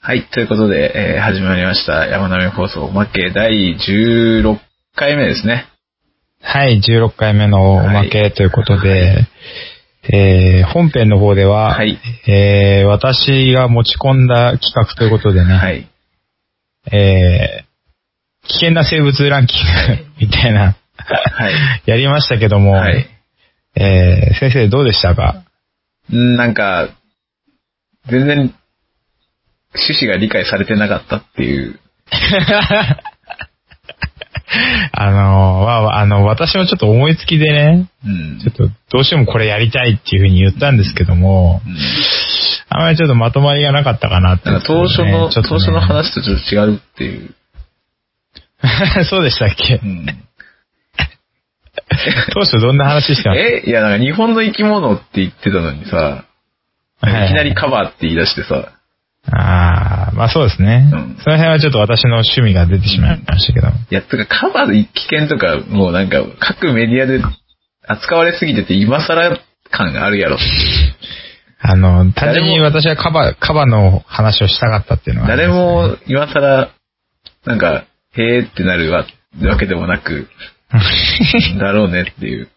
はい、ということで、えー始まりました。山並放送おまけ第16回目ですね。はい、16回目のおまけということで、えー本編の方では、はいえー私が持ち込んだ企画ということでね、はい。えー危険な生物ランキングみたいな、はい。やりましたけども、はい。えー先生どうでしたかうんなんか、全然、趣旨が理解されてなかったっていう。あのー、わあの、私もちょっと思いつきでね、うん。ちょっとどうしてもこれやりたいっていうふうに言ったんですけども、うんあまりちょっとまとまりがなかったかなって、なんか当初の、ちょっと当ね初の話とちょっと違うっていう。 そうでしたっけうん。当初どんな話してたのえいや、なんか日本の生き物って言ってたのにさ、いきはいなりカバーって言い出してさ、ああ、まあそうですね、うんその辺はちょっと私の趣味が出てしまいましたけど。いや、つうかカバーで危険とか、もうなんか、各メディアで扱われすぎてて、今更感があるやろ。あの、単純に私はカバ、カバの話をしたかったって いうのは、誰。も、今更、なんか、へーってなるわ、わけでもなく、だろうねっていう。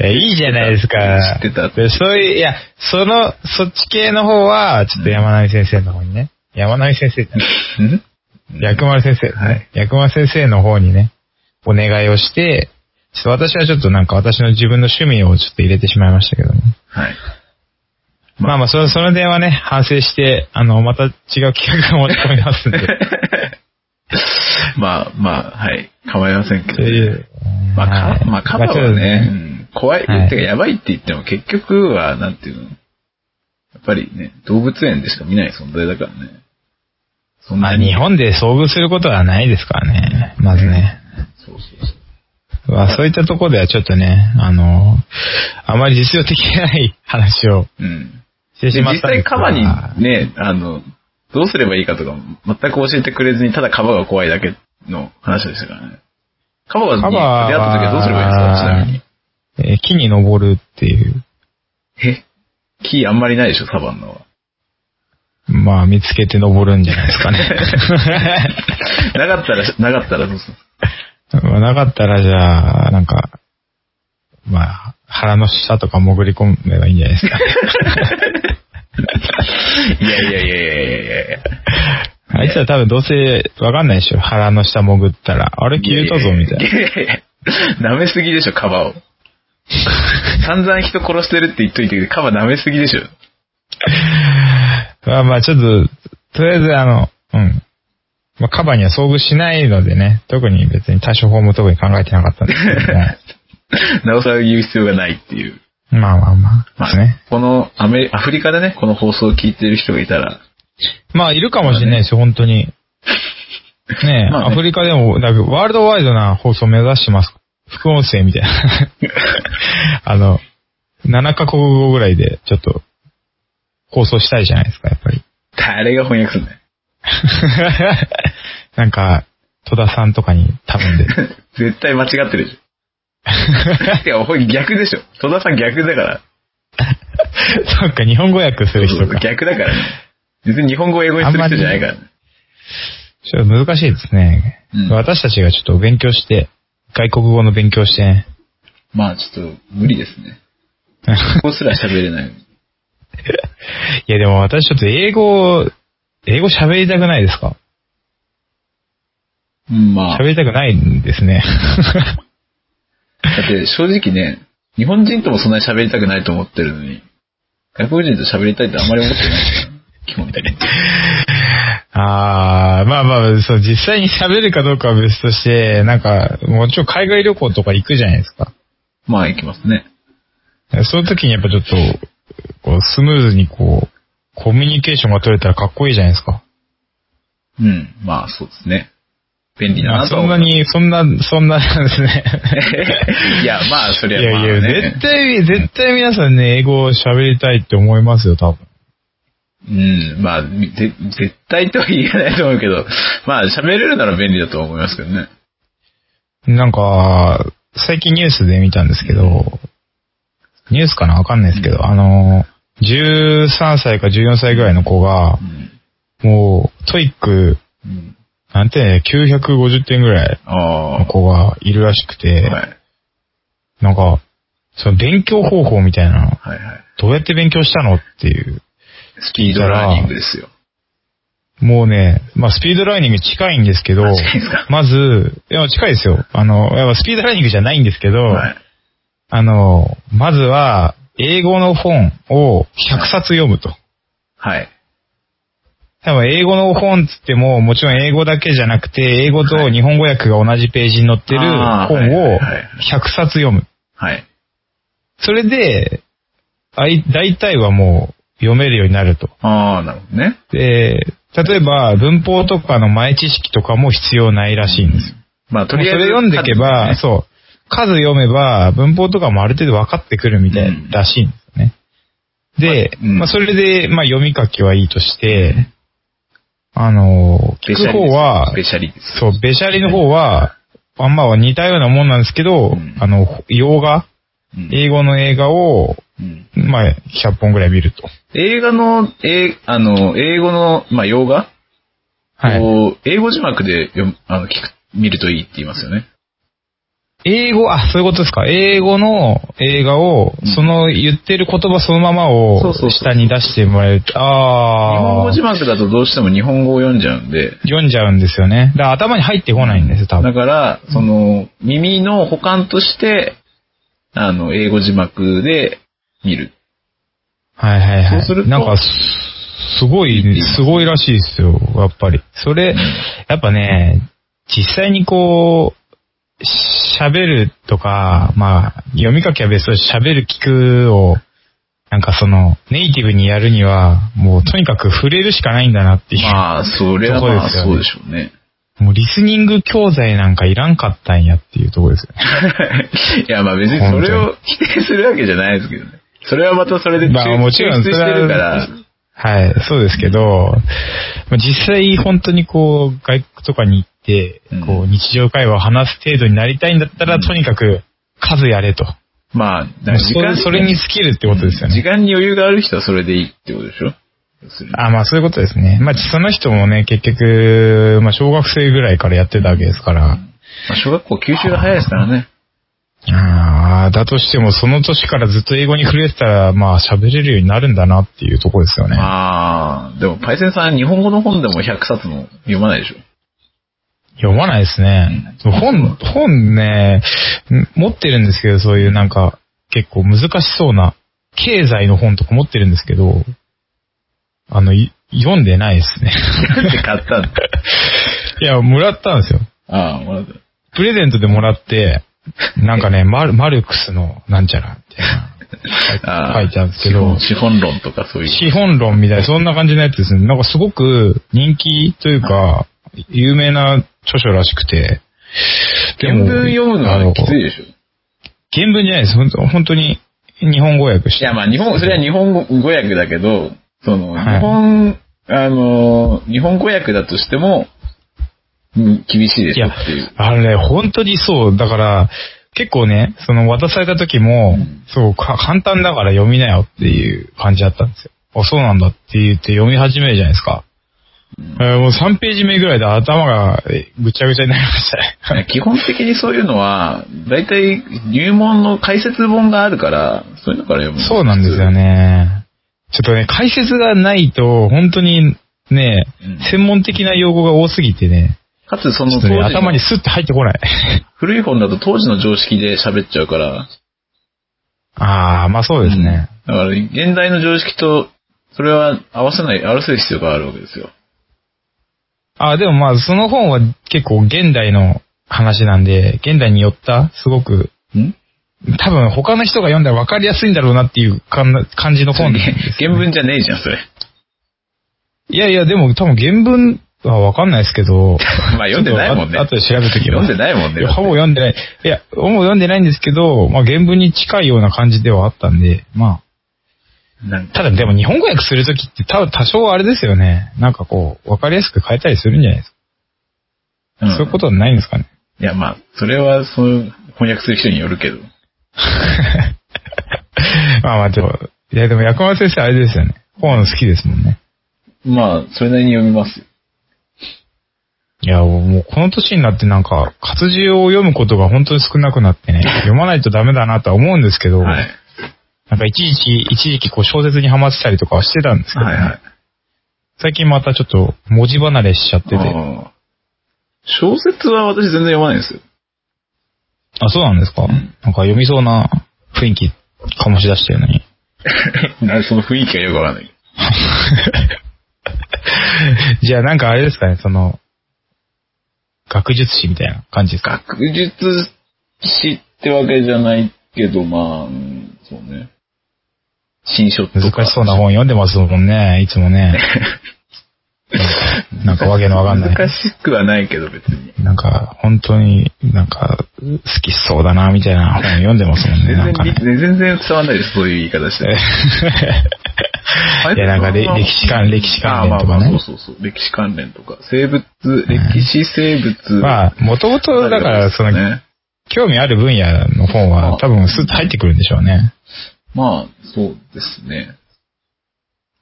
えいいじゃないですか。知ってたでそういう、いや、その、そっち系の方は、ちょっと山並先生の方にね。山並先生じゃないん薬丸先生、はい薬丸先生の方にね、お願いをして、ちょっと私はちょっとなんか私の自分の趣味をちょっと入れてしまいましたけどね。はい。まあまあ、その、その点はね、反省して、あの、また違う企画を持ち込みますんで。 まあまあ、はい。構いませんけとど。いう。まあ、はいかまあ、カバーまあちょはっとね、うん怖い、はいてかやばいって言っても結局は、なんていうのやっぱりね、動物園でしか見ない存在だからね。そんまなあ、に日本で遭遇することはないですからね、まずね。そうそうそう。まあ、そういったところではちょっとね、あの、あまり実用的でない話をうん。してでしまっ実たん際ですがカバにね、あの、どうすればいいかとか全く教えてくれずに、ただカバが怖いだけの話でしたからね。カバが出会カっバはた時はどうすればいいですかえー木に登るっていう、ちなみに。え木あんまりないでしょ、サバンナは。まあ、見つけて登るんじゃないです かね。なかったら、なかったらどうするまあなかったら、じゃあ、なんか、まあ、腹の下とか潜り込めばいいんじゃないですか。いやいやいやいやいやいやいや。あいつは多分どうせわかんないでしょ。腹の下潜ったら、あれ消えたぞ、みたいな。な。舐めすぎでしょ、カバを。散々人殺してるって言っといて、カバ舐めすぎでしょ。まあまあ、ちょっと、とりあえずあの、うん。まあ、カバには遭遇しないのでね、特に別に対処法も特に考えてなかったんですけど ね。なおさら言う必要がないっていう。まあまあまあ、まですあ、ね。このアメリ、アフリカでね、この放送を聞いてる人がいたら、まあ、いるかもしれないですよ、本当に。ね え、まあねアフリカでも、だけどワールドワイドな放送目指してます。副音声みたいな。 あの、7カ国語ぐらいで、ちょっと、放送したいじゃないですか、やっぱり。 誰が翻訳すんだよ。 なんか、戸田さんとかに頼 んで。絶対間違ってるでし ょ。いや、ほい逆でしょ。戸田さん逆だから。そっか、日本語訳する人か。逆だからね。別に日本語を英語にする人じゃないからね。ちょっと難しいですね、うん私たちがちょっと勉強して、外国語の勉強してね、まあ、ちょっと無理ですね。ここすら喋れない。いやでも私ちょっと英語、英語喋りたくないですかうん、まあ。喋りたくないんです ね。だって正直ね、日本人ともそんなに喋りたくないと思ってるのに、外国人と喋りたいってあんまり思ってないからね。基本 的に。ああ、まあまあ、そう、実際に喋るかどうかは別として、なんか、もちろん海外旅行とか行くじゃないですか。まあ、行きますね。その時にやっぱちょっと、こう、スムーズにこう、コミュニケーションが取れたらかっこいいじゃないですか。うん。まあ、そうですね。便利だまあなとそはん思なう。に、そんな、そんななんですね。 いや、まあ、そいりやゃ、いまあ、ね、や、絶対、絶対皆さんね、英語を喋りたいって思いますよ、多分。うん、まあ、ぜ絶対とは言えないと思うけど、まあ、喋れるなら便利だとは思いますけどね。なんか、最近ニュースで見たんですけど、ニュースかなわかんないですけど、あの、 13歳か14歳ぐらいの子がう、ん。もう、トイック、うん。なんてね、950点ぐらいあの子がいるらしくあ。て、はい。なんか、その勉強方法みたいな、はいはい。どうやって勉強したのっていう。スピードラーニングですよ。もうね、まあスピードラーニング近いんですけど、近いですかまず、いや、近いですよ。あの、やっぱスピードラーニングじゃないんですけど、はい。あの、まずは、英語の本を100冊読むと。はい。多分英語の本っつっても、もちろん英語だけじゃなくて、英語と日本語訳が同じページに載ってるあー本はをいはいはい100冊読む。はい。それで、あい大体はもう読めるようになると。ああ、なるほどね。で、例えば文法とかの前知識とかも必要ないらしいんですよ。まあ、ともうりあそえず。れ読んでいけば、う。そう、数読めば文法とかもある程度分かってくるみたいうんらしいんですよね。で、まあうんまあそれで、まあ読み書きはいいとして、あの、スペ聞シャくリ方はス、ペシャリです。そう、ベシャリの方は、あんまは似たようなもんなんですけうど、んあの、洋画、うん英語の映画を、うんまあ、100本ぐらい見ると。映画の、え、あの、英語の、まあ、洋画はい。を、英語字幕で読む、あの、聞く、見るといいって言いますよね。英語、あ、そういうことですか。英語の映画を、うんその言ってる言葉そのままそうをそうそう下に出してもらえると。日本あ語あ字。幕だとどうしても日本語を読んじゃうんで、読んじゃうんですよね。だから頭に入ってこないんですよ、多だ分。から、その、耳の補完として、あの、英語字幕で見る。はいはいはそい。うするとなんか、すすごいいいね、ですすごいらしいですよ、やっぱり。それ、やっぱね、実際にこう、喋るとか、まあ、読み書きは別として喋る聞くを、なんかその、ネイティブにやるには、もうとにかく触れるしかないんだなっていう。まあ、それはまあ、そうでしょうね。もうリスニング教材なんかいらんかったんやっていうところですよね。いや、まあ別にそれを否定するわけじゃないですけどね。それはまたそれで抽まあもちろん抽出してるからそ、はい、そうですけど、まあ実際本当にこう、外国とかに行って、こうう、日常会話を話す程度になりたいんだったら、とにかく数やれと。まあ、もうそれそれに尽きるってことですよね。時間に余裕がある人はそれでいいってことでしょ要するにあ、まあそういうことですね。まあその人もね、結局、まあ小学生ぐらいからやってたわけですから。まあ小学校吸収が早いですからね。ああ、だとしてもその年からずっと英語に触れてたら、まあ喋れるようになるんだなっていうところですよね。まあ、でもパイセンさん日本語の本でも100冊も読まないでしょ。 読まないですね。本、本ね、ん持ってるんですけど、そういうなんか、結構難しそうな、経済の本とか持ってるんですけど、あの、い読んでないで すね。なんで買ったんだ。いや、もらったんですよ。ああ、まだ。プレゼントでもらって、なん かね、マルマルクスのなんちゃらみたいなああ書いてあるんですけど資本資本論とかそういう。資本論みたいな、そんな感じのやつですね。なんかすごく人気というか、有名な著書らしくて。原文読むのあのはきついでしょ。原文じゃないです。ほんと本当に日本語訳しいて。や、まあ、日本、それは日本語語訳だけど、その、は日い本、あの、日本語訳だとしても、うん厳しいでいしょやっていう。あれね、本当にそう。だから、結構ね、その渡された時も、うんそう、か簡単だから読みなよっていう感じだったんですよ。あ、そうなんだって言って読み始めるじゃないですか。えーもう3ページ目ぐらいで頭がえぐちゃぐちゃになりましたね。 基本的にそういうのは、だいたい入門の解説本があるから、そういうのから読む。そうなんですよね。ね。ちょっとね、解説がないと、本当にね、うん専門的な用語が多すぎてね、かつ、そちのょっと当時ね、の頭にスッて入ってこない。古い本だと当時の常識で喋っちゃうから、ああ、まあそうですね。だから、現代の常識と、それは合わせない、合わせる必要があるわけですよ。ああ、でもまあ、その本は結構現代の話なんで、現代に寄った、すごく、ん多分他の人が読んだら分かりやすいんだろうなっていうかん感じのそ本れですね、原文じゃねえじゃん、それ。 いやいや、でも多分原文は分かんないですけど、まあ、読んでないもんね。あとで調べときま読すんでないもんね。いやほぼ読んでない。いや、ほぼ読んでないんですけど、まあ原文に近いような感じではあったんで、まなんあ、かただでも日本語訳するときって多分多少あれですよね。なんかこう、わかりやすく変えたりするんじゃないですか。うんそういうことはないんですかね。いや、まあ、それは、その、翻訳する人によるけど。 まあまあ、でも、いや、でも、薬丸先生あれですよね。本好きですもんね。まあ、それなりに読みますよ。いや、もうこの年になってなんか、活字を読むことが本当に少なくなって ね、読まないとダメだなとは思うんですけど、はい。なんか一時期、一時期こう小説にハマってたりとかはしてたんですけど、はいはい。最近またちょっと文字離れしちゃってて、ああー小説は私全然読まないんです よ。そうなんですか、なんか読みそうな雰囲気醸し出してるの に。なんでその雰囲気がよくわからない。じゃあなんかあれですかね、その、学術誌みたいな感じですか学術史ってわけじゃないけど、まあ、うんそうね。新書とか。難しそうな本読んでますもんね、いつ もね。なんかわけのわかんない。難しくはないけど、別に。なんか、本当になんか、好きそうだな、みたいな本読んでますもんね、全な然んかり、ね。全然伝わらないです、そういう言い方して。いや、なんかれ、歴史関、歴史関連とかあーまあまねあ。そうそうそう。歴史関連とか。生物、歴史生物。まあ、もともと、だから、その、ね。興味ある分野の本まは、あ多分、スッと入ってくるんでしょうね。まあ、そうですね。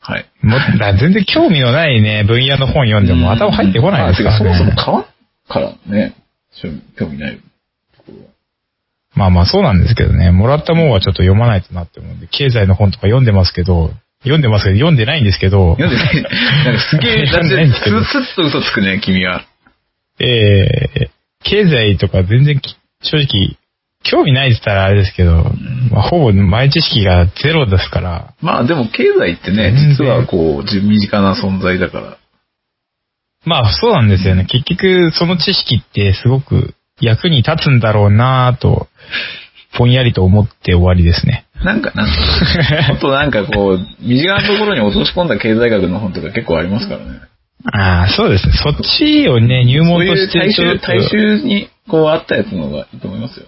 はい。もだ全然興味のないね、分野の本読んでも、頭入ってこないですかまあてか。らねそもそも買わんからね、興味興味ないところは。まあまあ、そうなんですけどね。もらったもんはちょっと読まないとなって思うんで、経済の本とか読んでますけど、読んでますけど、読んでないんですけど、読んでない。なんかすげえ、だ読んでないんですけどって、すすっと嘘つくね、君は。えー、経済とか全然き正直、興味ないって言ったらあれですけど、まあ、ほぼ前知識がゼロですから、まあでも経済ってね、全然実はこう、じ身近な存在だから。まあそうなんですよね。結局、その知識ってすごく役に立つんだろうなぁと、ぼんやりと思って終わりですね。なんかなん か、もっとなんかこう、身近なところに落とし込んだ経済学の本とか結構ありますからね。ああ、そうですね。そっちをね、入そ門ういとうして大ちょっ衆、と大衆にこうあったやつの方がいいと思いますよ。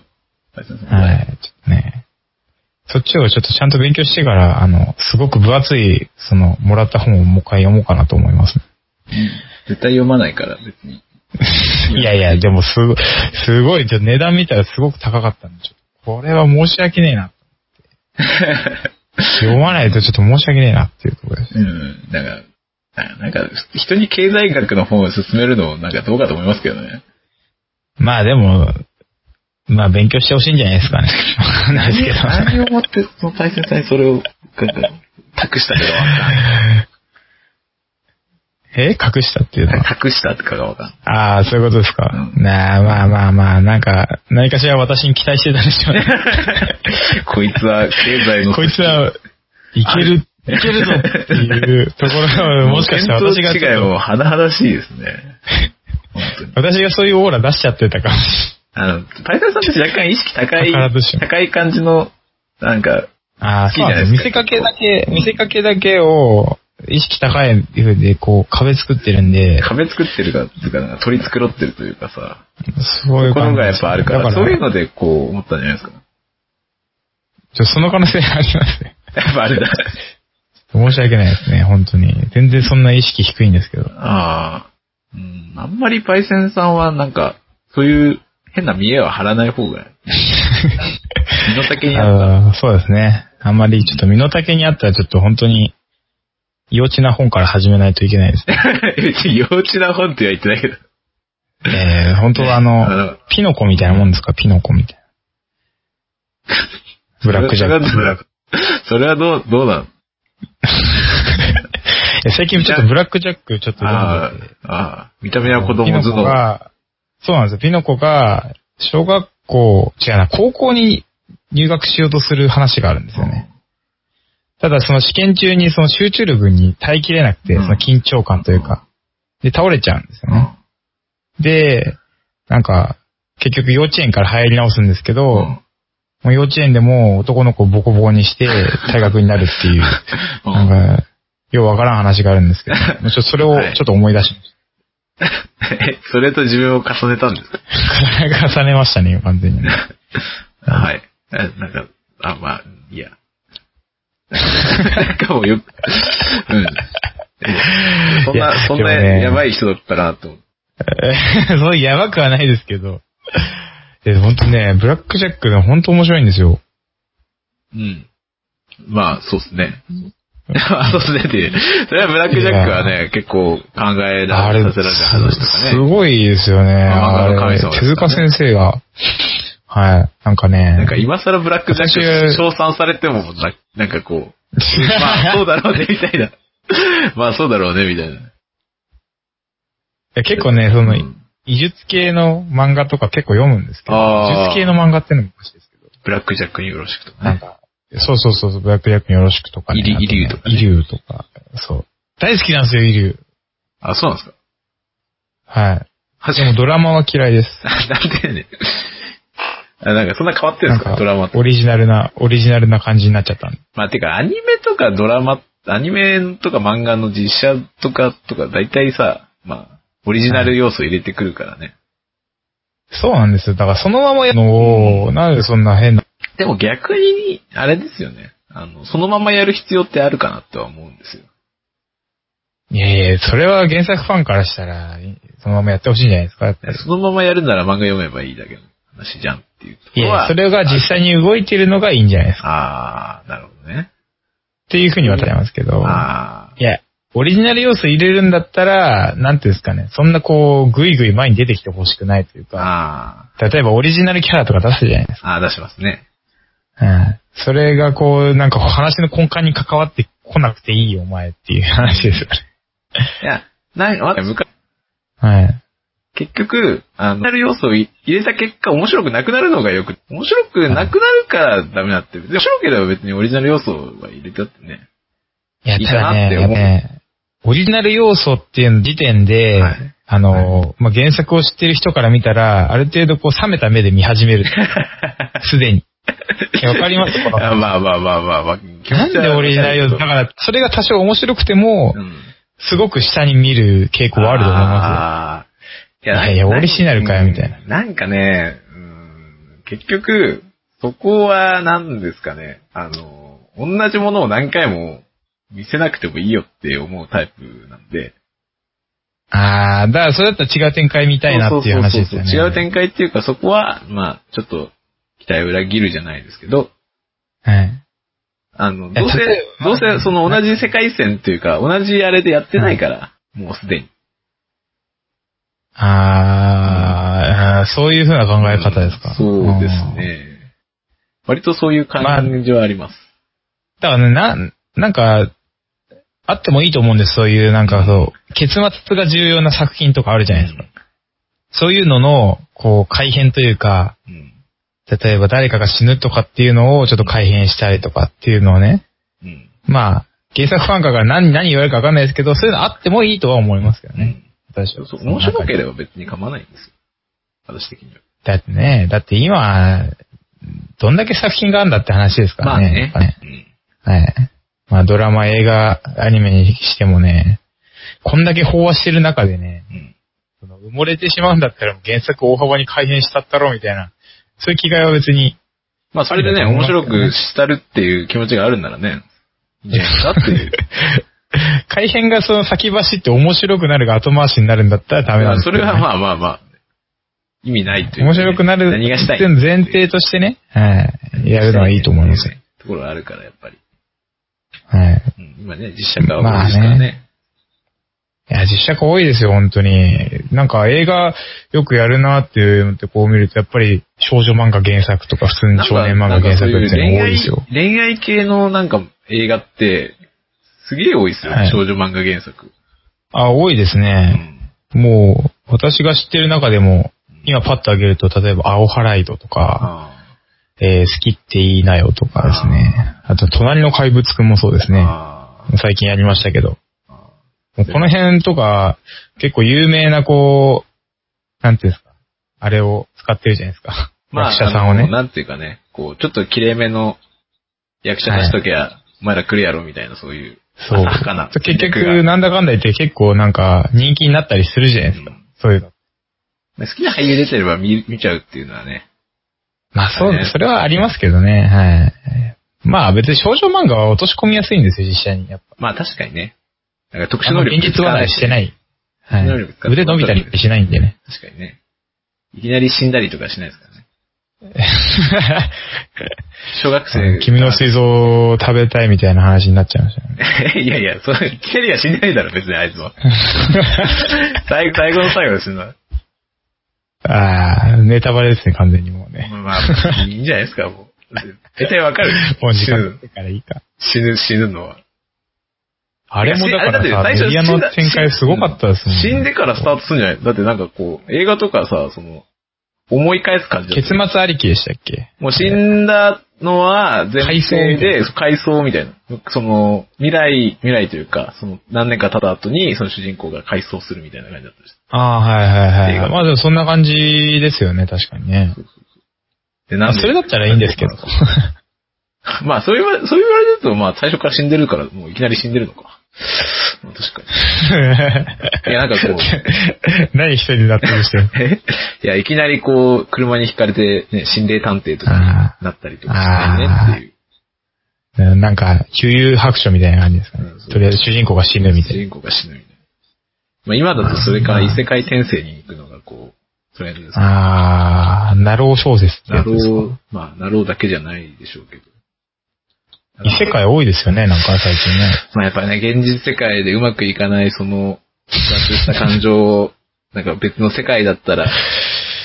大衆の方がはい、ちょっとね。そっちをちょっとちゃんと勉強してから、あの、すごく分厚い、その、もらった本をもう一回読もうかなと思いますね。絶対読まないから、別に。いやいや、でもすごい、すごい、ちょっと値段見たらすごく高かったんで、ちょっとこれは申し訳ねえ な。読まないとちょっと申し訳ねえなっていうところです。うん、だから、なんか、人に経済学の本を勧めるのもなんかどうかと思いますけどね。まあでも、まあ勉強してほしいんじゃないですかね。わかんないですけ何ど。をもって、その大切さにそれを、なんか、託したかがわかんない。え隠したっていうのは。託したってかがわかんない。ああ、そういうことですか。うなあ、まあまあまあ、なんか、何かしら私に期待してたんでしょう ね。こいつは経済の、こいつは、いける、いけるぞっていうところが、もしかしたら私がち見当違いょっと、も甚だしいですね。本当に。私がそういうオーラ出しちゃってたかもしれない。あの、パイタンさんって若干意識高い宝物、高い感じの、なんか、ああ、いそいうじゃなないんでですすか見せかけだけ、見せかけだけを、意識高い風で、こう、壁作ってるんで、壁作ってるか、っていうかなんか取り繕ってるというかさ、そうというこ感ろじがでやっすぱあるか、だからら、そういうのでこう思ったんじゃないですか。ちょその可能性ありますね。やっぱあれだ。申し訳ないですね、 本当に。全然そんな意識低いんですけど。 ああ。うん、あんまりパイセンさんはなんか、そういう変な見栄は張らない 方が、身の丈に合った。あーそうですね。あんまりちょっと身の丈にあったらちょっと本当に、幼稚な本から始めないといけないですね。 幼稚な本っては言ってないけど。えー、本当はああのの、ピノコみたいなもんですか、ピノコみたいな。 ブラックジャック。それはどうそれはどう、どうなのいや最近ちょっとブラックジャックちょっとあ読んでて。あ、ああ、見た目は子ピ供ノコ頭脳。が、そうなんですよ。ピノコが、小学校、違うな、高校に入学しようとする話があるんですよね。ただその試験中にその集中力に耐えきれなくて、うんその緊張感というか、で、倒れちゃうんですよね。で、なんか、結局幼稚園から入り直すんですけど、うんもう幼稚園でも男の子をボコボコにして退学になるっていう、うんなんか、ようわからん話があるんですけど、もうちょっとそれを はいちょっと思い出しま しえ それと自分を重ねたんですかた。重ねましたね、完全にね。はい。えなんか、あ、まあ、いいや。 なんかもうよく、うん。そんいやな、そんなでもねやばい人だったなと思って。 そう、やばくはないですけど。え、ほんとね、ブラックジャックがほんと面白いんですよ。うん。まあ、そうですね。あ そうですねっていう。それはブラックジャックはね、結構考えあなれ、させられた話とかすね。ごいですよね。漫画のあ神様でれすからね手塚先生が、はい、なんかね。 なんか今更ブラックジャック私称賛されてもな、なんかこう、まあそうだろうね、みたいな。 まあそうだろうね、みたいな。いや結構ね、そうの、ん医術系の漫画とか結構読むんですけど、あー医術系の漫画ってのもおかしいですけど、ブラックジャックによろしくとかなんね。か、そうそうそうそう、ブラックジャックによろしくとかね。イリあとねイリュウとかねイリュウとか、そう。大好きなんですよ、イリュウ。あ、そうなんですかはい。初でめもて。ドラマは嫌いです。 なんでね。あなんかそんな変わってるんなんですかかドラマと。オリジナルな、オリジナルな感じになっちゃったんで。まあてかアニメとかドラマ、アニメとか漫画の実写とかとか大体さ、まあ、オリジナル要素入れてくるからね。そうなんですよ。だからそのままやるのを、なんでそんな変な、でも逆に、あれですよね。あの、そのままやる必要ってあるかなとは思うんですよ。いやいや、それは原作ファンからしたら、いそのままやってほしいんじゃないですか。やっぱりそのままやるなら漫画読めばいいだけの話じゃんっていうとこいろやいは。や、それが実際に動いてるのがいいんじゃないですか。ああ、なるほどね。っていうふうに渡りますけど。あいや、オリジナル要素入れるんだったら、なんていうんですかね、そんなこう、ぐいぐい前に出てきてほしくないというあ、か、あ例えばオリジナルキャラとか出すじゃないですあ、ああ、出しますね。か。うん。それがこう、なんか話の根幹に関わってこなくていいよ、お前っていう話ですよね。いや、なんわかんない昔はい。結局、あの、なる要素を入れた結果、面白くなくなるのがよく、面白くなくなるからダメだって、別に面白ければ別にオリジナル要素は入れたってね。いや、いいたかだなっね、てや思っうぱね、オリジナル要素っていう時点で、はいあの、まあ、原作を知ってる人から見たら、ある程度こう冷めた目で見始め る。すでに。いやわかりますこのあまあまあまあまあまあ、気持ちはなんでオリジナル要素だから、それが多少面白くても、うんすごく下に見る傾向はあると思いまあーいやいやオリジナルかよみたいなな。んかね、うん結局、そこは何ですかね。あの、同じものを何回も見せなくてもいいよって思うタイプなんで。す。ああ、だからそれだったら違う展開見たいなっていう話ですよそね。うそうそうそう違う展開っていうか、そこは、まあ、ちょっと、期待を裏切るじゃないですけど、はい。あの、いどやうせ例え、ばどうせ、その同じ世界線っていうか、同じあれでやってないから、もうすでに。あーあー、そういうふうな考え方ですか。そうですね。割とそういう感じはあります。うん。だからね、な、なんか、あってもいいと思うんです、そういう、なんかそう、結末が重要な作品とかあるじゃないですか。そういうのの、こう、改変というか、うん。例えば誰かが死ぬとかっていうのをちょっと改変したりとかっていうのをね、うん。まあ、原作ファンから何、何言われるかわかんないですけど、そういうのあってもいいとは思いますけどうね。ん。私は。そう面白ければ。ば別に構わないんですよ。私的には。だってね、だって今、どんだけ作品があるんだって話ですかまらあね。ね。やっぱねはい。まあドラマ、映画、アニメにしてもね、こんだけ飽和してる中でね、うん。うん。その埋もれてしまうんだったら原作大幅に改変したったろうみたいな、そういう気概は別に、まあそれでね、面白くしたるっていう気持ちがあるんなら ね、いいんじゃないですかっていう。改変がその先走って面白くなるが後回しになるんだったらダメまなんあですそけどれねはまあまあまあ、意味ないという、面白くなる何がしたいっていうの前提としてね、はい。やるのはいいと思いますよ。ところがあるから、やっぱり。はい。うん、今ね、実写化は多いですからね。いや、実写化多いですよ、本当に。なんか映画よくやるなっていうのってこう見ると、やっぱり少女漫画原作とか普通になんか少年漫画原作っていうのが多いですよなんか。そういう恋愛、恋愛系のなんか映画って、すげえ多いですよ、はい少女漫画原作。あ、多いですうね。ん。もう、私が知ってる中でも、今パッと上げると、例えば、青ハライドとか、あえー好きっていいなよとかですね。あと、隣の怪物くんもそうですあ。ね。あ最近やりましたけど。あ。もうこの辺とか、結構有名な、こう、なんていうんですか。あれを使ってるじゃないですか。まあ、役者さんをあねの。なんていうかね、こう、ちょっと綺麗めの役者出しときゃ、お前ら来るやろみたいな、そういう。そう浅はかな。結う局、んなんだかんだ言って結構なんか人気になったりするじゃないですか。そういうの。好きな俳優出てれば見見ちゃうっていうのはね。まあそうね、それはありますけどね。はい。まあ別に少女漫画は落とし込みやすいんですよ、実際に。やっぱ。まあ確かにね。なんか特あ殊の能力現実離れしてい。ない。はい能力使って。腕 伸びたりしないんでね。確かにね。いきなり死んだりとかしないですからね。小学生。君の水蔵を食べたいみたいな話になっちゃいましたよね。 いやいや、それ、キャリア死んでないだろ、別にあいつ は。最後、最後の最後で死んだ。ああ、ネタバレですね、完全にもうね。まあ、いいんじゃないですか、もう。絶対わかる。もう時死間ぬ経っ、てからいいか。死ぬ、死ぬのは。あれもだからいやさ、あれだメってディ最ア初の展開すごかったですもんね。死んでからスタートするんじゃないだってなんかこう、映画とかさ、その、思い返す感じだっ結た末ありきでしたっけもう死んだのは全回想体で、回想みたいな。その、未来、未来というか、その、何年か経った後に、その主人公が回想するみたいな感じだったりしてああ、はいはい映は画い。まあでもそんな感じですよね、確かに ね。で、まなあんでそれだったらいいんですけど。 まあ、そう言われ、そう言われると、まあ、最初から死んでるから、もういきなり死んでるのか。まあ確か に。いや、なんかこう、何一人で納得してるえ いや、いきなりこう、車にひかれて、ね、心霊探偵とかになったりとかしたいねっていう。なんか、悠々白書みたいな感じですかねうんそう。とりあえず主人公が死ぬみた主い人公が死ぬみたいな。まあ、今だとそれから異世界転生に行くのがこう、とりあえず、な。ああ、ナロー小説ってなやつろですか。う、まあ、なろうだけじゃないでしょうけど。異世界多いですよね、なんか最近ね。まあやっぱね、現実世界でうまくいかない、その、爆発した感情を、なんか別の世界だったら、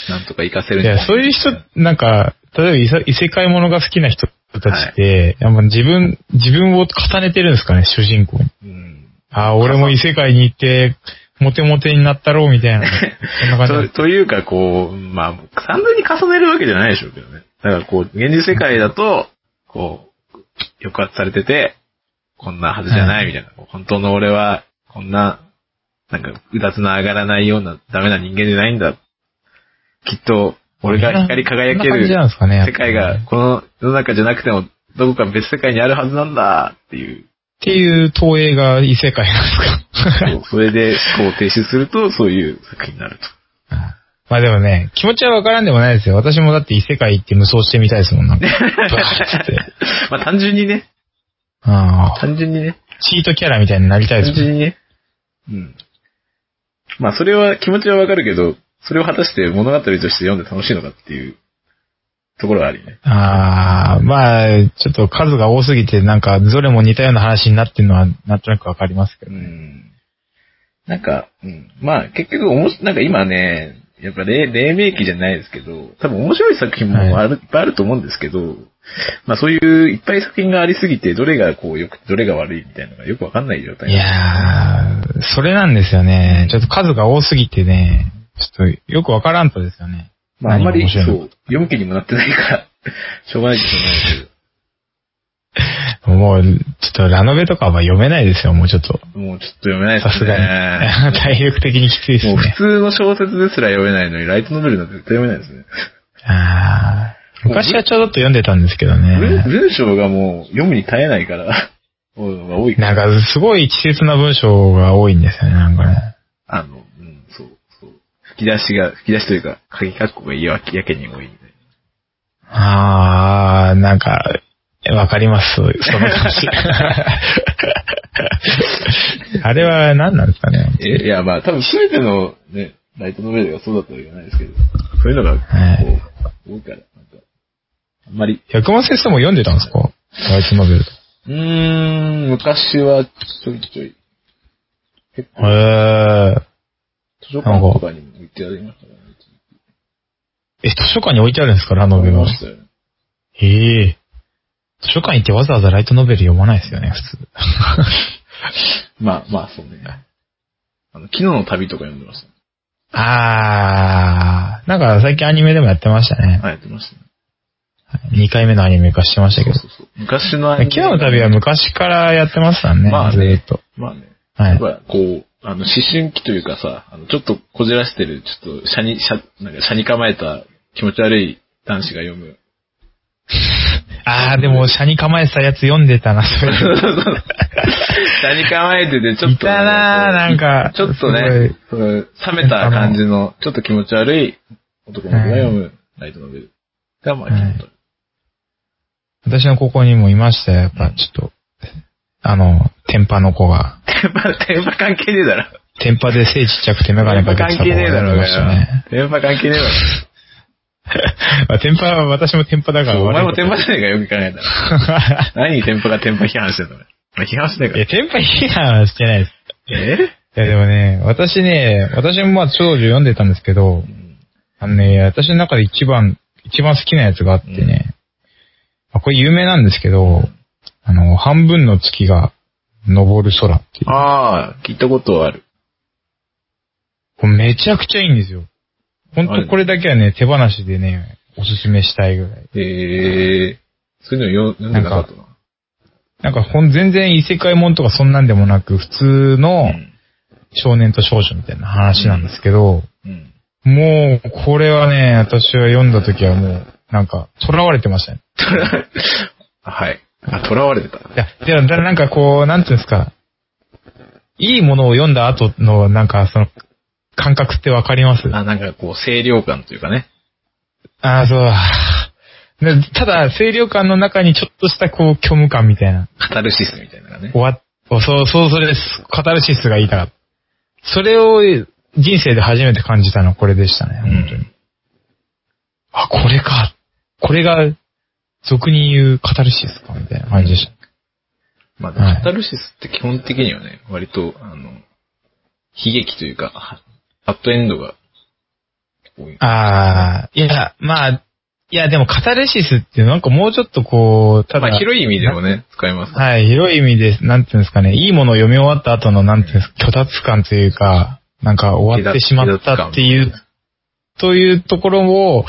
なんとか活かせるんいじゃなや、そういう人、なんか、例えば異世異世界ものが好きな人たちって、やっぱ自分、自分を重ねてるんですかね、主人公に。うん。ああ、俺も異世界に行って、モテモテになったろう、み たいな。そんな感じなとんです。というか、こう、まあ、完全に重ねるわけじゃないでしょうけどね。だからこう、現実世界だと、こう、抑圧されてて、こんなはずじゃないみたいな。本当の俺は、こんな、なんか、うだつの上がらないような、ダメな人間じゃないんだ。きっと、俺が光り輝けそんな感るじなんですかね。やっ世ぱ界りが、この世の中じゃなくても、どこか別世界にあるはずなんだって いう。っていう投影が異世界なんですか。 そうそれで思考を停止すると、そういう作品になると。まあでもね、気持ちはわからんでもないですよ。私もだって異世界行って無双してみたいですもん、なんか。ブワーって。まあ単純にね、ああ。単純にね、チートキャラみたいになりたいで単す もん。純にね。うん。まあそれは気持ちはわかるけど、それを果たして物語として読んで楽しいのかっていうところがあるよね。ああ、まあ、ちょっと数が多すぎて、なんか、どれも似たような話になってるのは、なんとなくわかりますけうどね。ん。なんか、うん。まあ結局おもし、なんか今ね、やっぱ黎黎明期じゃないですけど、多分面白い作品もある、い、っぱいあると思うんですけど、まあそういういっぱい作品がありすぎて、どれがこうよく、どれが悪いみたいなのがよくわかんない状態。いやー、それなんですよね。ちょっと数が多すぎてね、ちょっとよくわからんとですよね。まああんまり、そ何が面白いのう、読む気にもなってないから、しょうがないですけど。もう、ちょっとラノベとかは読めないですよ、もうちょっと。もうちょっと読めないですね。さすが に。体力的にきついですもう普ね。通の小説ですら読めないのに、ライトノベルなんて絶対読めないですね。あー昔はちょろっと読んでたんですけど文ね。文章がもう読むに耐えないから、 多いのが多いから。なんか、すごい稚拙な文章が多いんですよね、なんかね。あの、うん、そう、そう。吹き出しが、吹き出しというか、鍵括弧がやけやけに多いみたいな。ああ、なんか、わかります、そう その感じ。あれは何なんですかね。え、いや、まあ多分全てのね、ライトノベルがそうだとは言わないですけど、そういうのが、こはう、多いから、なんか、あんまり、百万先生も読んでたんですかライトノベルとうーん、昔はちょいちょい、結構、へ図書館とかにも行ってやりましたからね。え。え、図書館に置いてあるんですかラノ読ベみはま。したよね。へえ。図書館行ってわざわざライトノベル読まないですよね、普通。まあまあ、そうね。あの、昨日の旅とか読んでましたね。あー、なんか最近アニメでもやってましたね。あ、やってましたね。 2回目のアニメ化してましたけど。そうそう。昔のアニ昨メ。日の旅は昔からやってましたね、まあねずーっと。まあね。はいやっ。ぱ、こう、あの、思春期というかさ、あの、ちょっとこじらしてる、ちょっと、車に、車、なんか、車に構えた気持ち悪い男子が読 む。あー、でも、車に構えてたやつ読んでたな、そ れ。車に構えてて、ちょっとね、いたなーこうなんかちょっとね、その冷めた感じの、ちょっと気持ち悪い男の子が読む、ライトノベル。が、まあ、はい昨日の旅私の高校にもいましたよ、やっぱ、ちょっと。あの、天パの子が。テンパ、テンパ関係ねえだろ。天パで背ちっちゃくてメガネかけ関てた子係がねえだいろうましたね。がよ。電波関係ねえだろ。まあ、テンパ、私もテンパだからお悪い前もこと天パじゃねえかよく考えたら。何に天パが天パ批判してんの俺まあ批判して いねや、テンパ批判はしてないです。えかいや、でもね、私ね、私もまあ、長女読んでたんですけど、あのね、私の中で一番、一番好きなやつがあってね、まあ、これ有名なんですけど、あの、半分の月が昇る空っていえう。ああ、聞いたことはある。これめちゃくちゃいいんですよ。ほんとこれだけはね、手放しでね、おすすめしたいぐらい。ええそういうのよ読んでなかったな。なんかほん、全然異世界もんとかそんなんでもなく、普通のうん少年と少女みたいな話なんですけど、うん。 もう、これはね、私は読んだ時はもう、なんか、囚われてましたね。はい。あ、囚われてた。いや、でも、だなんかこう、なんていうんですか、いいものを読んだ後の、なんか、その、感覚ってわかりますあ、なんかこう、清涼感というかね。ああ、そう。でただ、清涼感の中にちょっとした、こう、虚無感みたいな。カタルシスみたいなのがね。終わっ、そう、そう、それです。カタルシスが言いたかった。それを、人生で初めて感じたのはこれでしたね、うん本当に。あ、これか。これが、俗に言うカタルシスか、みたいな感じでした。まあ、はいカタルシスって基本的にはね、割と、あの、悲劇というか、ハハットエンドが多い。ああ、いや、まあ、いや、でもカタルシスってなんかもうちょっとこう、ただ、まあ、広い意味でもね、使えます。はい、広い意味で、なんていうんですかね、いいものを読み終わった後の、なんていうんですか、虚脱感というか、なんか終わってしまったっていう、というところを、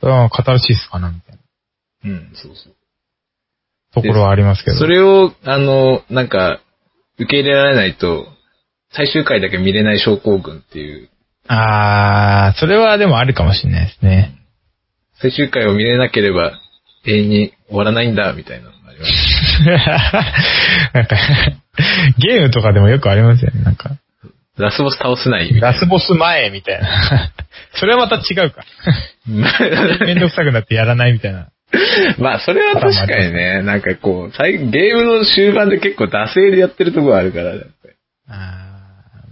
うん、カタルシスかな、みたいなうん、そうそう。ところはありますけど。それを、あの、なんか、受け入れられないと、最終回だけ見れない症候群っていう、ああ、それはでもあるかもしれないですね。 最終回を見れなければ、永遠に終わらないんだ、みたいなのがあります。なんか、ゲームとかでもよくありますよね、なんか。ラスボス倒せ ない、みたいラスボス前みたいな。それはまた違うか。 めんな。どくさくなってやらないみたいな。まあ、それは確かにね、なんかこう、最ゲームの終盤で結構惰性でやってるところあるから、やっぱりあ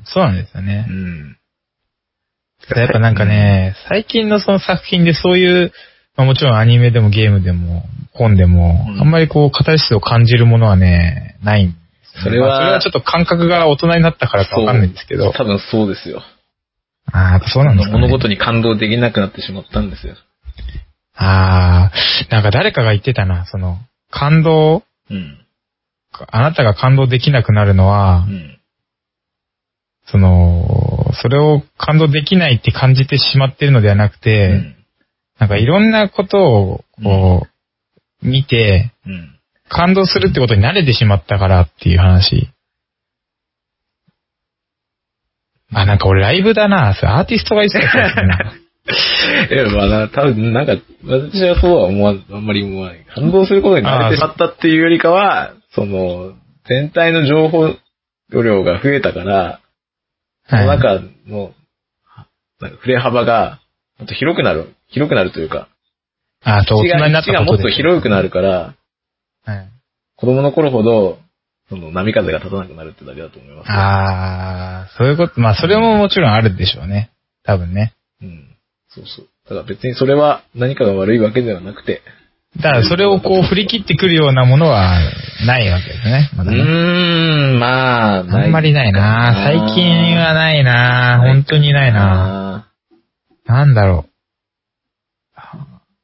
ーそうなんですよねう。ん。やっぱなんかね、最近のその作品でそういう、まあもちろんアニメでもゲームでも本でも、うんあんまりこう、カタルシスを感じるものはね、ないんですよねそれはまあそれはちょっと感覚が大人になったからかわかんないんですけど。多分そうですよ。ああ、そうなんですか、ね。物事に感動できなくなってしまったんですよ。ああ、なんか誰かが言ってたな、その、感動、うん。あなたが感動できなくなるのは、うん。その、それを感動できないって感じてしまってるのではなくて、うんなんかいろんなことを、こう、見て、うん。感動するってことに慣れてしまったからっていう話。あ、なんか俺ライブだな。それアーティストが言ってたやつだ なえ、まあな、多分なんか、私はそうは思わ、あんまり思わない。感動することに慣れてしまったっていうよりかは、その、全体の情報量が増えたから、そのはい中の、なんか、触れ幅が、もっと広くなる、広くなるというか、あ、そう、口大人にがなっ口たがこもとっとで。広くなるから、はい子供の頃ほど、その波風が立たなくなるってだけだと思います。あーそういうこと、まあそれももちろんあるでしょうね。多分ね。うん。そうそう。だから別にそれは何かが悪いわけではなくて。だからそれをこう振り切ってくるようなものはないわけですね。まだねん、まあ、あんまりないな最近はないな本当にないななんだろ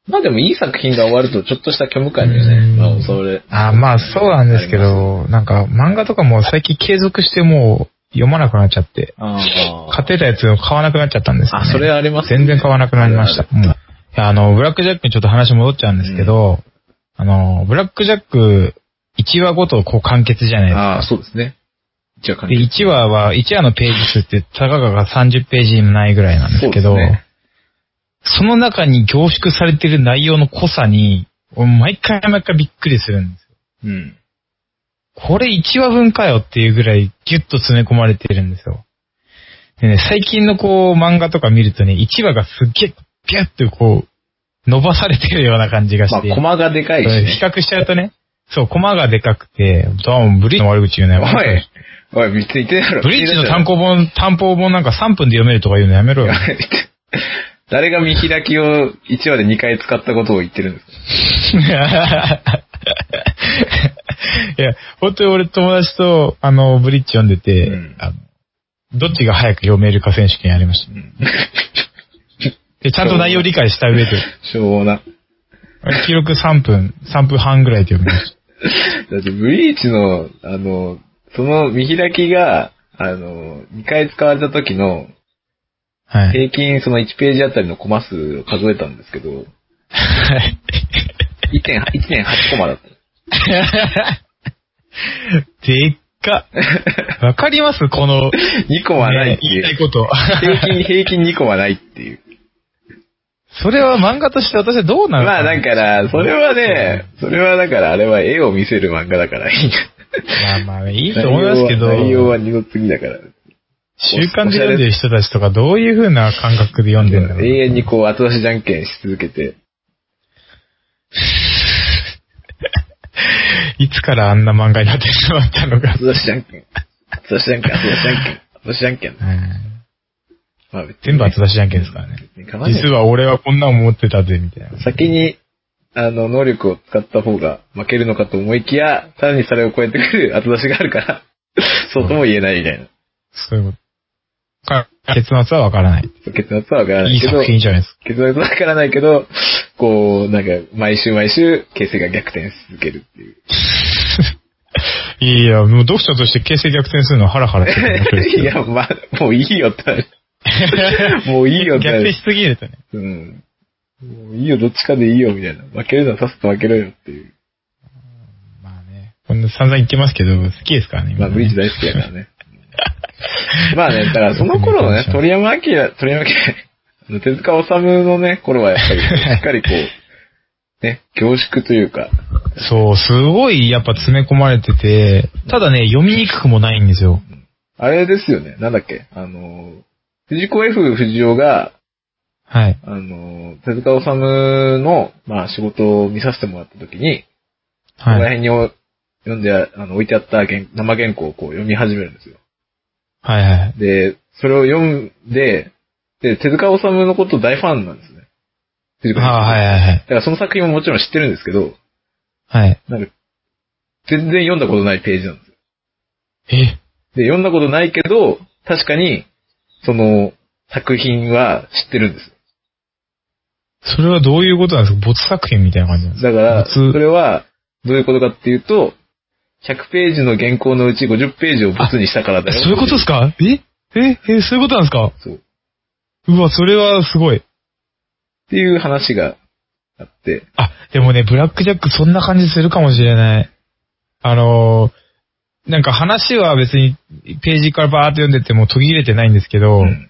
まあでもいい作品が終わるとちょっとした虚無感だようんね。まあ、それう。。あ、まあそうなんですけど、なんか漫画とかも最近継続してもう読まなくなっちゃって、あー買ってたやつを買わなくなっちゃったんですよ、ね。あ、それありますね全然買わなくなりました。もういやあの、ブラックジャックにちょっと話戻っちゃうんですけど、あの、ブラックジャック1話ごとこう完結じゃないですか。ああ、そうですね。一応関で、係1話は、1話のページ数って、たかがが30ページもないぐらいなんですけど、そうそ,、ですねの中に凝縮されてる内容の濃さに、俺毎回毎回びっくりするんですよ。うん。これ1話分かよっていうぐらいギュッと詰め込まれてるんですよ。でね、最近のこう漫画とか見るとね、1話がすっげえピュッとこう、伸ばされてるような感じがましあ、て。コマがでかいしそうね比。較しちゃうとね、そう、コマがでかくて、どうもブリッジの悪口言うね。おい、おい、別に言ってないだろ。ブリッジの単考。行本、単行本なんか3分で読めるとか言うのやめろよ。 誰が見開きを1話で2回使ったことを言ってるんですかいや、本当に俺友達と、あの、ブリッジ読んでて、うんあのどっちが早く読めるか選手権やりました。ん で、ちゃんと内容理解し た上で、昭和な。記録3分、3分半ぐらいで読みましだってブリーチの、あの、その見開きが、あの、2回使われた時の、た。はい。平均その1ページあたりのコマ数を数えたんですけど、1.8コマだった。でっか。わかりますこの、 2コマないねって言い。いたいうこと。 平均、平均2コマないっていう。それは漫画として私はどうなのまあだから、それはね、それはだからあれは絵を見せる漫画だからいい。まあまあ、いいと思いますけど、内容は二の次だから。習慣で読んでる人たちとかどういう風な感覚で読んでるんだろう。永遠にこう後出しじゃんけんし続けて。 いつからあんな漫画になってしまったのか。後出しじゃんけん。後出しじゃんけん、後出しじゃんけん。後出しじゃんけん。うんまあ別に全部後出しじゃんけんですからね。構わない実は俺はこんな思ってたぜ、みたいな。先に、あの、能力を使った方が負けるのかと思いきや、さらにそれを超えてくる後出しがあるから、 そうとも言えないみたいな。そういうこと。か結末はわからない。そう結末はわからないいいけど、作品じゃないですか。結末はわからないけど、こう、なんか、毎週毎週、形勢が逆転し続けるっていう。いや、もう読者として形勢逆転するのはハラハラして面白いです いけどや、まあ、もういいよってな る。もういいよってな逆転る。しすぎるとね。うん。もういいよ、どっちかでいいよ、みたいな。負けるのはさっさと負けろよっていう。まあね。こんな散々言ってますけど、好きですからね。まあ、ブリーチ大好きだからね。まあね、だからその頃のね、鳥山明、鳥山明、あの手塚治虫のね、頃はやっぱり、しっかりこう、ね、凝縮というか、そう、すごいやっぱ詰め込まれてて、ただね、読みにくくもないんですよ。あれですよね、なんだっけ、あの、藤子 F 不二雄が、はい。あの、手塚治虫の、まあ仕事を見させてもらった時に、このはい。辺にお読んであ、あの、置いてあった原生原稿をこう読み始めるんですよ。はいはい。で、それを読んで、で、手塚治虫のこと大ファンなんですね。藤子 F あ不二雄あ、はいはいはいだ。からその作品ももちろん知ってるんですけど、はい。なんか、全然読んだことないページなんですよ。え、で、読んだことないけど、確かに、その、作品は知ってるんですよ。それはどういうことなんですか没作品みたいな感じなんですかだから、そ没れは、どういうことかっていうと、100ページの原稿のうち50ページをボツにしたからだよ。そういうことですかえええそういうことなんですかそう。っうわ、それはすごい。ていう話があって、あ、でもね、ブラックジャックそんな感じするかもしれない。あのーなんか話は別にページからバーっと読んでても途切れてないんですけど、うん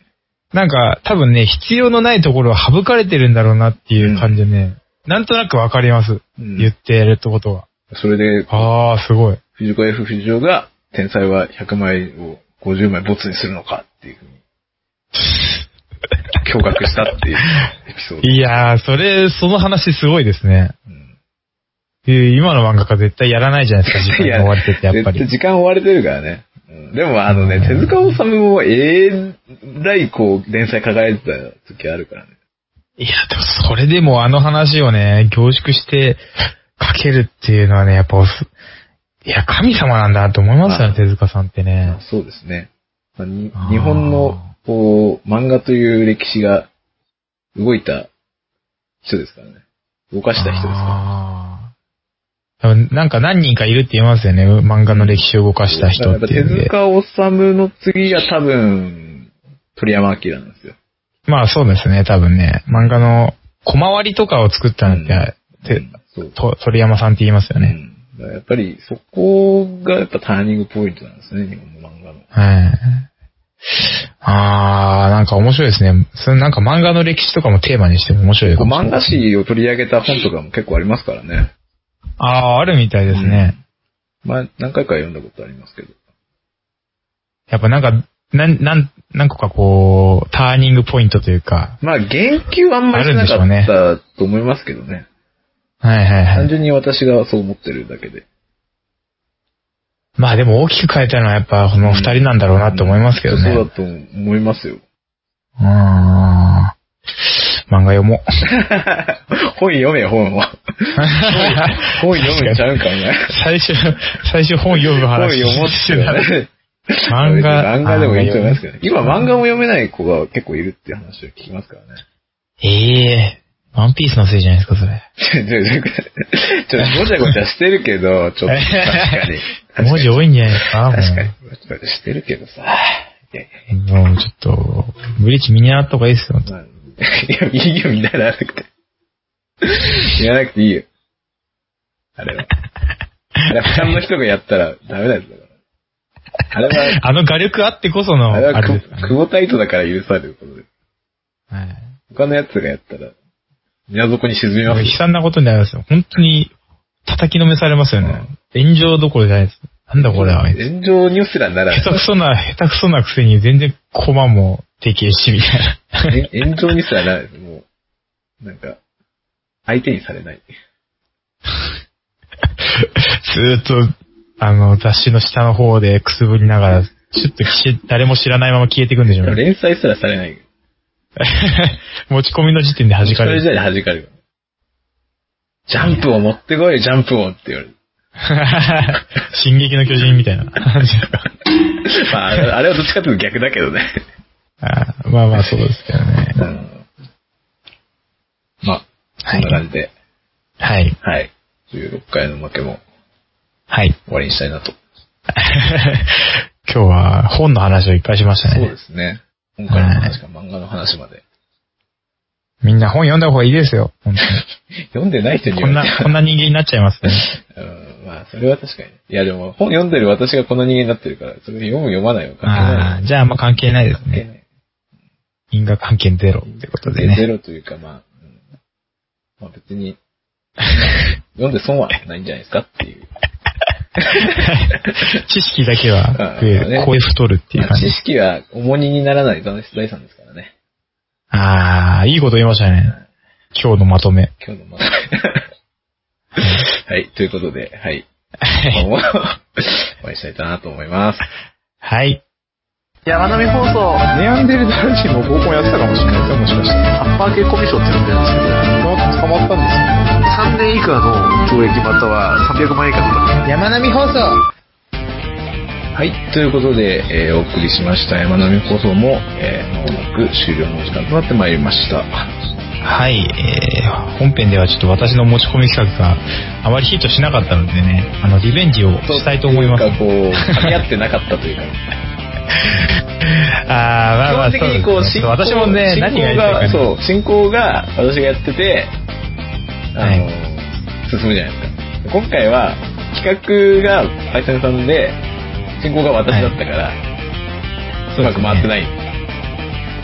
なんか多分ね、必要のないところは省かれてるんだろうなっていう感じでね、なんとなくわかります。うん言ってるってことは。それで、ああ、すごい。藤子 F 不二雄が、天才は100枚を50枚ボツにするのかっていうふう に、驚愕したっていうエピソード。いやー、それ、その話すごいですね。うんえー今の漫画家絶対やらないじゃないですか、時 間が終わってて、やっぱ絶対り。時間追われてるからね。うんでもあのね、手塚治虫も永来こう、連載抱えてた時あるからね。いや、でもそれでもあの話をね、凝縮して書けるっていうのはね、やっぱおす、いや、神様なんだなと思いますよあね、手塚さんってねまあ。そうですね。まあにあー日本の、こう、漫画という歴史が動いた人ですからね。動かした人ですかあーでもなんか何人かいるって言いますよね、漫画の歴史を動かしたら。だか人らやっっぱてい手うんで。塚治虫の次が多分、鳥山明なんですよ。まあそうですね、多分ね。漫画の小回りとかを作ったのって、うてんそうと鳥山さんって言いますようね。んだからやっぱりそこがやっぱターニングポイントなんですね、日本の漫画の。はい。あー、なんか面白いですね。そのなんか漫画の歴史とかもテーマにしても面白いかもしれ漫な画い誌を取り上げた本とかも結構ありますからね。あー、あるみたいですね。まあ、何回か読んだことありますけど。やっぱなんか、なん、なん、何個かこう、ターニングポイントというか。まあ、言及あんまりしなあるんでしかったと思いますけどね。はいはいは単い。純に私がそう思ってるだけで。まあでも大きく変えたのはやっぱこの二人なんだろうなと思いますけどね。そうだと思いますよ。うーん。漫画読もう。本読めよ、本を。本読めちゃうんか、お前。 最初、最初本読む本話。読もうって言うからね。漫画。漫画でもいいと思いますけど、ね、ね今漫画も読めない子が結構いるっていう話を聞きますからね。ええワンピースのせいじゃないですか、それ。ちょ、ちょ、ちょ、ごちゃごちゃしてるけど、ちょっと確かに。確か文に字多いんじゃないですか、もう確かに。ごちゃごちゃしてるけどさ。いやいもうちょっと、ブリーチ見習った方がいいですよ。や、まあ、いや、いいよ、見習わなくて。見習わなくていいよ。あれは。あれは、他の人がやったらダメなやつだから。あれは、あの画力あってこその、ああれはれですクか、クね。ボタイトだから許されることで。はい他のやつがやったら、宮底に沈みもますう悲よ。惨なことになりますよ。本当に、叩きのめされますよね。炎上どころじゃないです。なんだこれは。下炎上ニュースらならない手くそな、下手くそなくせに全然コマも提携し、みたいな。 え炎上にすらならないです。もう、なんか、相手にされない。ずーっと、あの、雑誌の下の方でくすぶりながら、ちょっとし誰も知らないまま消えていくんでしょうね。連載すらされない。 持ち込みの時点で弾かれそる。れじゃ弾かれる。ジャンプを持ってこい、ジャンプをって言われる。 進撃の巨人みたいな。まああ れ、あれはどっちかっていうと逆だけどね。あー まあまあそうですけどね。うんまあ、そんな感じで、はい。はい。16回の負けもはい。 終わりにしたいなと。今日は本の話をいっぱいしましたそうねで。すね。今回の話から漫画の話まで。みんな本読んだ方がいいですよ。本読んでない人当ににはこんな、こんな人間になっちゃいますね。うんまあ、それは確かに。いや、でも、本読んでる私がこの人間になってるから、それ読む読まないのかああ、じゃああんま関係ないです関係ね。ない。因果関係ゼロってことでねゼ。ロというか、まあ、うんまあ別に、読んで損はないんじゃないですかっていう。知識だけは増えあーねる。こういう太るっていうまあ感じ知。識は重荷にならない財産ですからね。ああ、いいこと言いましたね。今日のまとめ。今日のまとめ はい、ということで、はい。今日 もお会いしたいなと思います。はい。山並放送、ネアンデルダル人も合コンやってたかもしれないですよ、もしかして。アッパー系コミュ障って呼んでるんですけど、捕まったんですよ。 3年以下の懲役または300万円以下の山並放送はい、ということで、えーお送りしました山並放送も、えー、まもなく終了のお時間となってまいりました。はい、えー、本編ではちょっと私の持ち込み企画があまりヒットしなかったのでね、あの、リベンジをしたいと思います。 なんかこう、噛み合ってなかったというか、あー、 まあまあ、基本的にこう、そうです進ね行私もね、進何行がやが、りたいかねそう、進行が私がやってて、あの、はい進むじゃないですか。今回は、企画がパイセンさんで、進行が私だったから、うそうでますくね回ってない。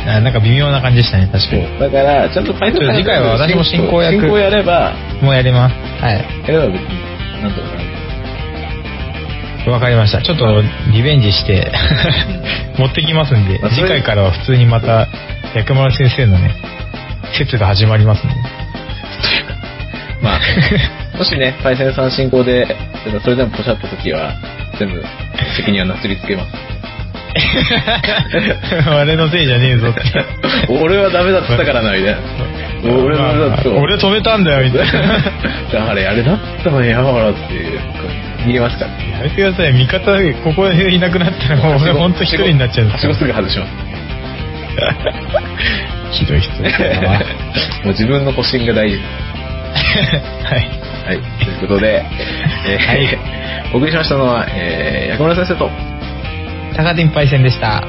あーなんか微妙な感じでしたね、確かに。だから、ちゃんとパイセンさんが次回は私も進行役進行やれば、もうやります。はい。やれば別に、なんとかなる。わかりました。ちょっとリベンジして、 持ってきますんでまあ、そ次れ回からは普通にまた、薬丸先生のね、説が始まりますの で。 まあ、もしね、パイセンさん進行で、ちょっとそれでもポシャった時は、全部、責任はなすりつけます。俺のせいじゃねえぞって。 俺はダメだっつったからな、みたいな。俺はダメだっつった。俺止めたんだよ、みたい な。だからあれだったのに、山原っていう、逃げますから。やめてください、味方、ここでいなくなったら、 もう俺ほんと一人になっちゃうんですはよしごすぐ外します。ひどい 人だなもう自分の保身が大事。はい。はい、ということで、えーお送りしましたのは、えー、薬丸先生と、高田パイセンでした。